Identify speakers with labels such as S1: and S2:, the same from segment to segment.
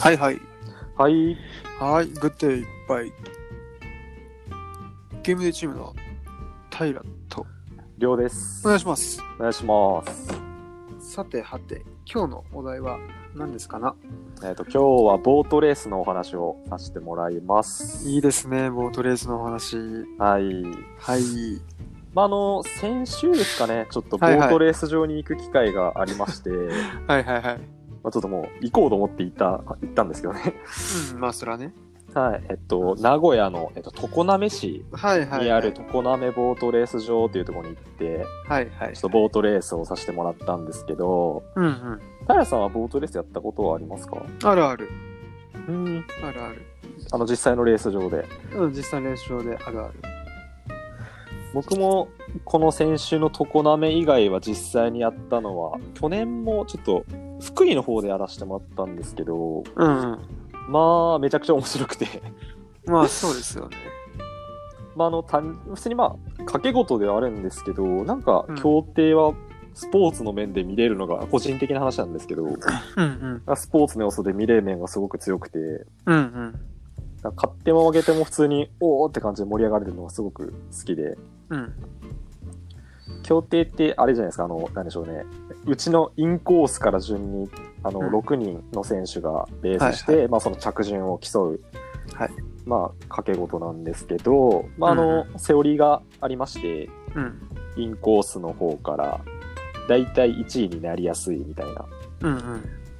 S1: はいはい。
S2: はい。
S1: はい、グッデイいっぱい。ゲームでチームの平、
S2: りょうです。
S1: お願いします。
S2: お願いします。
S1: さてはて、今日のお題は何ですかな
S2: えっ、と、今日はボートレースのお話をさせてもらいます。
S1: いいですね、ボートレースのお話。
S2: はい。
S1: はい。
S2: まあ、あの、先週ですかね、ちょっとボ
S1: はいはい
S2: ートレース場に行く機会がありま して、
S1: はいはいはい。
S2: まあちょっともう行こうと思って行った、行ったんですけどね。
S1: うん、まあそらね。
S2: はい。えっと、名古屋の、えっと、常滑市
S1: はいはい。
S2: にある常滑ボートレース場というところに行って、
S1: はいはい
S2: ちょっと。ボートレースをさせてもらったんですけど、
S1: うんうん。
S2: 平さんはボートレースやったことはありますか
S1: あるある。
S2: うん。
S1: あるある。
S2: あの、実際のレース場で。
S1: うん、実際練習であるある。
S2: 僕もこの先週の常滑以外は実際にやったのは去年もちょっと福井の方でやらせてもらったんですけど
S1: うん、うん。
S2: まあめちゃくちゃ面白くて
S1: まあそうですよね。
S2: まああの単普通にまあ掛け事ではあるんですけどなんか
S1: うん
S2: 協定はスポーツの面で見れるのが個人的な話なんですけど
S1: うんうん。
S2: スポーツの要素で見れる面がすごく強くて
S1: うんうん。
S2: なんか勝っても負けても普通におーって感じで盛り上がれるのがすごく好きで
S1: うん。
S2: 協定ってあれじゃないですかあの何でしょうねうちのインコースから順にあの、
S1: うん
S2: 6人の選手がレースして、
S1: は
S2: まあ、その着順を競う、
S1: はい
S2: まあ掛け事なんですけど、まああの
S1: う
S2: セオリーがありまして
S1: うん。
S2: インコースの方からだいたい1位になりやすいみたいな
S1: うんうん。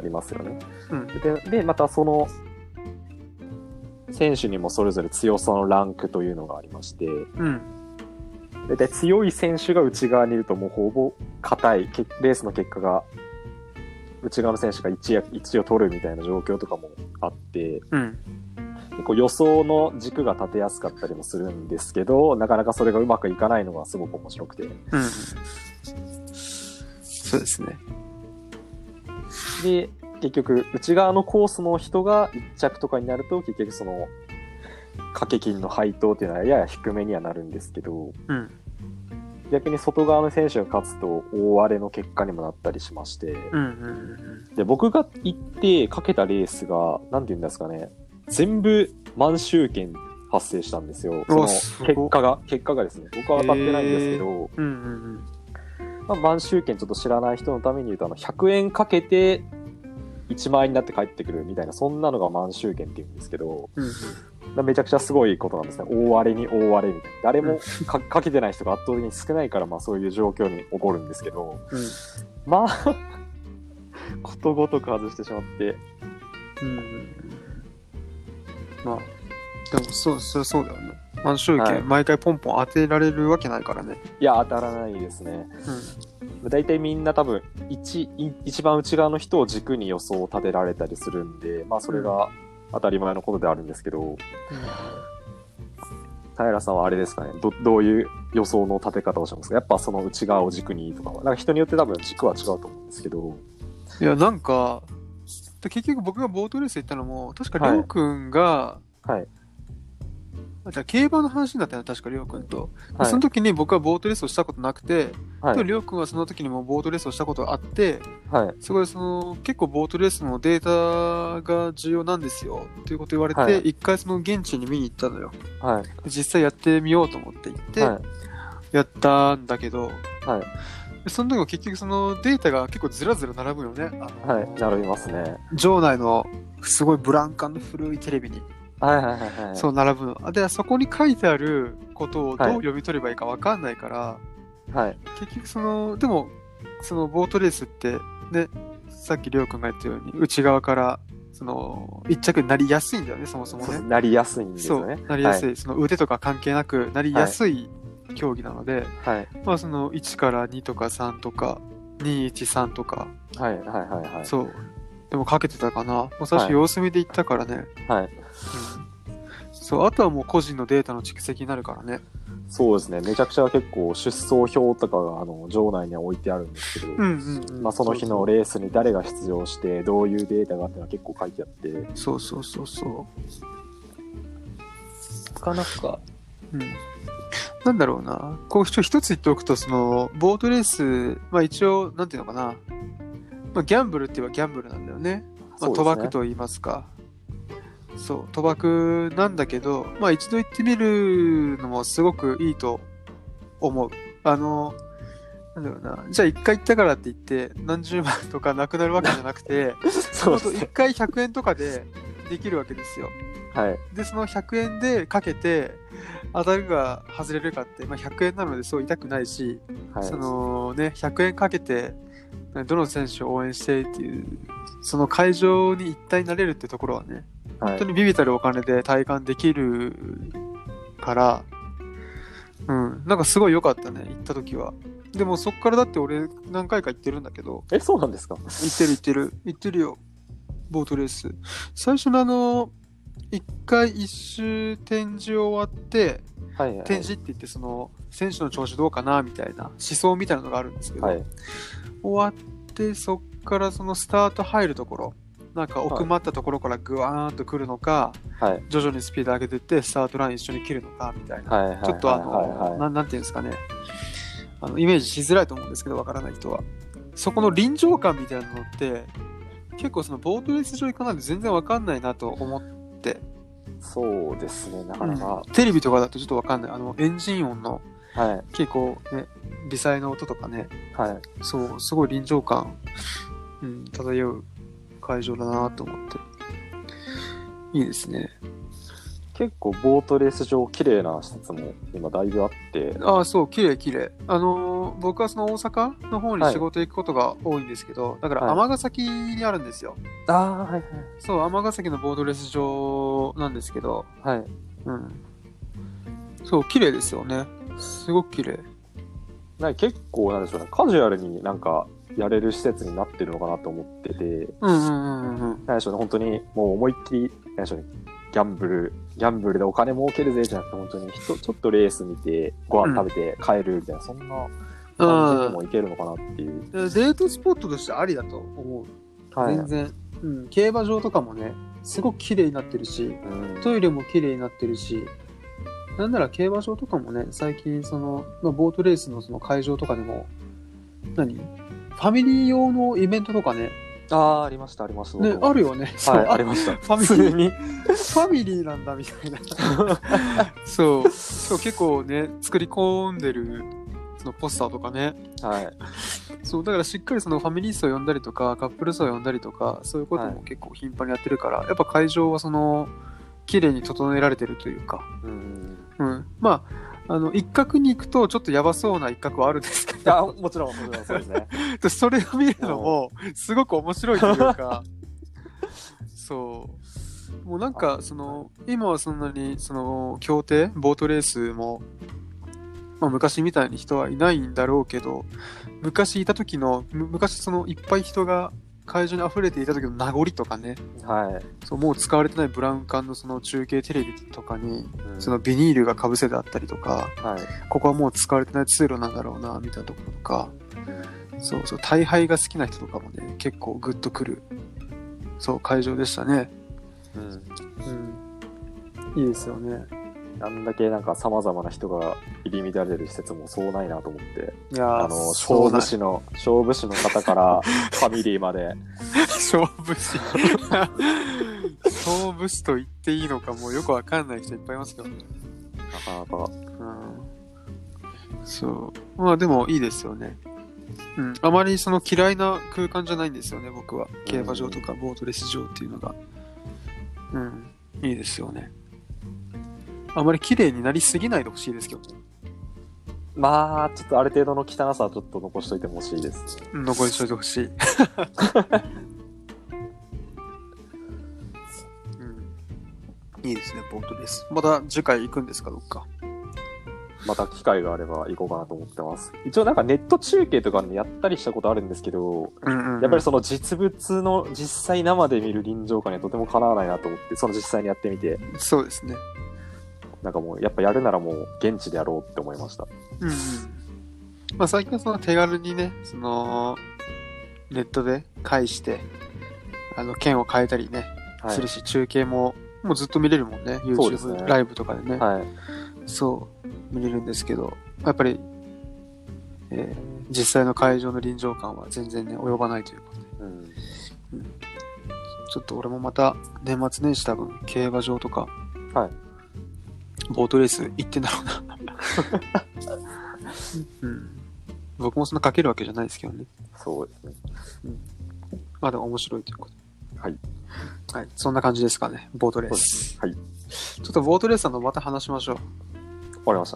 S2: ありますよね。
S1: うん。
S2: ででまたその選手にもそれぞれ強さのランクというのがありまして、
S1: うん。
S2: 大体強い選手が内側にいるともうほぼ硬いけレースの結果が内側の選手が 1, や1を取るみたいな状況とかもあって
S1: うん。
S2: 結構予想の軸が立てやすかったりもするんですけどなかなかそれがうまくいかないのがすごく面白くて
S1: うん。そうですね。
S2: で結局内側のコースの人が1着とかになると結局その掛け金の配当っていうのはやや低めにはなるんですけど
S1: うん。
S2: 逆に外側の選手が勝つと大荒れの結果にもなったりしまして。
S1: うんうん
S2: で僕が行ってかけたレースが何て言うんですかね全部満州券発生したんですよその
S1: わすごい
S2: 結果が結果がですね僕は当たってないんですけど、
S1: うん。うんうん
S2: まあ、満州券ちょっと知らない人のために言うとあの100円かけて1万円になって帰ってくるみたいなそんなのが満州券って言うんですけど
S1: うん。
S2: めちゃくちゃすごいことなんですね大荒れに大荒れみたいな誰もか かけてない人が圧倒的に少ないからまあそういう状況に起こるんですけどまあ ことごとく外してしまって
S1: うん。うん。まあ、でも、そう、そう、そうだよね。満州
S2: はい
S1: 券、毎回ポンポン当てられるわけないからね。
S2: いや、当たらないですね。大体みんな多分、一、い一番内側の人を軸に予想を立てられたりするんで、まあそれが当たり前のことであるんですけど、平さんはあれですかね、ど、どういう予想の立て方をしますかやっぱその内側を軸にとかは、なんか人によって多分軸は違うと思うんですけど、
S1: いや、なんか、で結局僕がボートレース行ったのも、確か
S2: はい
S1: りょうくんが、
S2: はい。
S1: あじゃあ競馬の話になったよね、確かりょうくんと。で
S2: はい
S1: その時に僕はボートレースをしたことなくて、
S2: はい
S1: でもりょうくんはその時にもボートレースをしたことがあって、
S2: はい。
S1: すごいその結構ボートレースのデータが重要なんですよっていうこと言われて、
S2: はい
S1: 一回その現地に見に行ったのよ
S2: はい。
S1: で実際やってみようと思って行って
S2: は
S1: やったんだけど、
S2: い。はい。
S1: でその時も結局そのデータが結構ずらずら並ぶよねあの、
S2: はい。並びますね。
S1: 場内のすごいブランカンの古いテレビに
S2: はいはいはいはい。
S1: そう並ぶのあでそこに書いてあることをどう
S2: はい
S1: 読み取ればいいか分かんないから、
S2: はい。
S1: 結局そのでもそのボートレースってねさっきりょうくんが言ったように内側からその一着になりやすいんだよねそもそも
S2: そう
S1: ね
S2: なりやすいんです
S1: そ
S2: よ
S1: う
S2: ね。
S1: なりやすい、
S2: い。
S1: その腕とか関係なくなりやすい競技なので、
S2: はい。
S1: まあその1から2とか3とか213とか、
S2: はい。はい。はい。はい。
S1: そうでもかけてたかなもう最
S2: は
S1: 初
S2: い
S1: 様子見で行ったからね、
S2: はい。
S1: うんそうあとはもう個人のデータの蓄積になるからね
S2: そうですね、めちゃくちゃ結構出走表とかがあの場内には置いてあるんですけど、
S1: うんうん、うん
S2: まあ、その日のレースに誰が出場して、どういうデータがあってのは結構書いてあって、な
S1: そうそうそうそう
S2: かなか、
S1: うんなんだろうな、こうちょ一つ言っておくと、そのボートレース、まあ一応、なんていうのかな、まあ、ギャンブルって言えばギャンブルなんだよね。まあ、賭博と言いますか。そう、賭博なんだけど、まあ一度行ってみるのもすごくいいと思う。あの、なんだろうな、じゃあ一回行ったからって言って何十万とかなくなるわけじゃなくて、
S2: そうです
S1: 一
S2: ね。
S1: 回100円とかでできるわけですよ。
S2: はい。
S1: で、その100円でかけて、当たるか外れるかって、まあ100円なのでそう痛くないし、
S2: はい。
S1: そのね、100円かけて、どの選手を応援してっていう、その会場に一体になれるってところはね、
S2: は
S1: 本当
S2: い、
S1: にビビたるお金で体感できるから、うん、なんかすごい良かったね、行った時は。でもそっからだって俺何回か行ってるんだけど、
S2: え、そうなんですか
S1: 行ってる行ってる、行ってるよ、ボートレース。最初のあの、一回一周展示終わって、
S2: はい、はい。
S1: 展示って言ってその、選手の調子どうかなみたいな思想みたいなのがあるんですけど、
S2: はい。
S1: 終わってそっからそのスタート入るところ、なんか奥まったところからぐわーんと来るのか、
S2: はい。
S1: 徐々にスピード上げてって、スタートライン一緒に切るのか、みたいな。
S2: はい。はい。
S1: ちょっとあの、
S2: はい。は
S1: なんなんていうんですかね。あの、イメージしづらいと思うんですけど、わからない人は。そこの臨場感みたいなのって、結構そのボートレース場行かないと全然わかんないなと思って、
S2: い、そうですね。なかなか。
S1: テレビとかだとちょっとわかんない。あの、エンジン音の
S2: はい。
S1: 結構ね、微細な音とかね、
S2: はい。
S1: そう、すごい臨場感、うん、漂う会場だなと思って。いいですね。
S2: 結構、ボートレース場、綺麗な施設も今、だいぶあって。
S1: ああ、そう、綺麗綺麗。あのー僕はその大阪の方に仕事行くことが多いんですけど、だから
S2: はい
S1: 尼崎にあるんですよ。
S2: ああ、はい。
S1: そう、尼崎のボートレース場なんですけど、
S2: はい。はい。
S1: うん。そう、綺麗ですよね。すごく綺麗。
S2: なんか結構、なんでしょうね。カジュアルになんか、やれる施設になってるのかなと思ってて。
S1: うんうんうんうんうん。
S2: なんでしょうね、本当にもう思いっきり、なんでしょうね、ギャンブル、ギャンブルでお金儲けるぜじゃなくて、本当にひとちょっとレース見て、ご飯食べて帰るみたいな、そんな感じで
S1: あ
S2: もいけるのかなっていう。
S1: デートスポットとしてありだと思う。
S2: はい。
S1: 全然、うん。競馬場とかもね、すごく綺麗になってるし、
S2: うん
S1: トイレも綺麗になってるし、なんなら競馬場とかもね、最近その、まあ、ボートレースのその会場とかでも、何ファミリー用のイベントとかね、
S2: ああ、ありました、ありました。
S1: ね
S2: 僕、も
S1: あるよね。そう
S2: はい、あ
S1: あ
S2: りました。
S1: ファミ
S2: 普
S1: リー、
S2: 通に。
S1: ファミリーなんだみたいな。 そう。そう、結構ね、作り込んでる、そのポスターとかね。
S2: はい。
S1: そう、だからしっかりそのファミリー層呼んだりとか、カップル層呼んだりとか、そういうこと
S2: は
S1: も結構頻繁にやってるから、やっぱ会場はその、綺麗に整えられてるというか、
S2: うん。
S1: うん、まああの一角に行くとちょっとやばそうな一角はあるんですけ
S2: いや、
S1: ど
S2: もちろん、もちろん、そうですね。
S1: それを見るのもすごく面白いというかそうもうなんかその今はそんなにその競艇ボートレースも、まあ、昔みたいに人はいないんだろうけど昔いた時のむ昔そのいっぱい人が会場に溢れていた時の名残とかね
S2: はい。
S1: そうもう使われてないブラウン管のその中継テレビとかに
S2: うん
S1: その、ビニールがかぶせてあったりとか、
S2: はい。
S1: ここはもう使われてない通路なんだろうな、みたいなところとか、そうそう、大敗が好きな人とかもね、結構グッとくる、そう、会場でしたね。
S2: うん。
S1: うん。いいですよね。
S2: あんだけなんか様々な人が入り乱れてる施設もそうないなと思って。
S1: いやー
S2: あの、
S1: そう
S2: 勝
S1: なん
S2: 負師の、勝負師の方から、ファミリーまで。
S1: 勝負師。 勝負師と言っていいのか、もうよくわかんない人いっぱいいますけどね。
S2: なかなか。
S1: うん。そう。まあでもいいですよね。うん。あまりその嫌いな空間じゃないんですよね、僕は。競馬場とかボートレース場っていうのが。うん。いいですよね。あまり綺麗になりすぎないでほしいですけどね。
S2: まあ、ちょっとある程度の汚さはちょっと残しといてほしいです。
S1: うん残りしといてほしい。 うん。いいですね、ボートレース。また次回行くんですか、どっか。
S2: また機会があれば行こうかなと思ってます。一応なんかネット中継とかね、やったりしたことあるんですけど、
S1: うんうんうん、
S2: やっぱりその実物の実際生で見る臨場感にはとてもかなわないなと思って、その実際にやってみて、
S1: そうですね。
S2: なんかもうやっぱやるならもう現地でやろうって思いました。
S1: うんうんまあ、最近はその手軽にね、そのネットで返して、あの券を変えたりね、
S2: はい
S1: する。し、中継ももうずっと見れるもんね、
S2: そうですね
S1: YouTube、ライブとかでね、
S2: はい。
S1: そう、見れるんですけど、やっぱり、えー実際の会場の臨場感は全然ね、及ばないというか、
S2: うん。
S1: ちょっと俺もまた年末年始多分競馬場とか、
S2: はい
S1: ボートレース行ってんだろうな。 うん、僕もそんなかけるわけじゃないですけどね。
S2: そうですね。
S1: まあでも面白いということ。
S2: はい。
S1: はい、そんな感じですかね、ボートレース。
S2: はい。
S1: ちょっとボートレースのまた話しましょう。
S2: わかりまし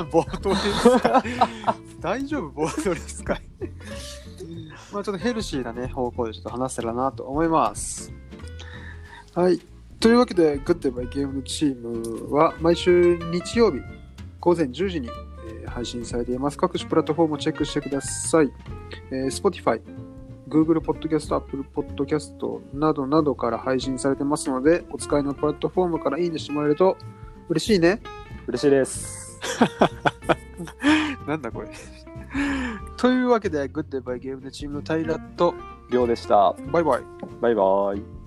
S1: ボートレース 大丈夫ボートレースかい まあちょっとヘルシーなね方向でちょっと話せたらなと思いますはいというわけでグッデバイゲームのチームは毎週日曜日午前10時にえー配信されています各種プラットフォームをチェックしてください、えー Spotify Google Podcast、Apple Podcast などなどから配信されてますので、お使いのプラットフォームからいいねしてもらえると嬉しいね。
S2: 嬉しいです。
S1: なんだこれ。 というわけで、グッデバイゲームのチームの平と、
S2: りょうでした。
S1: バイバイ。
S2: バイバイ。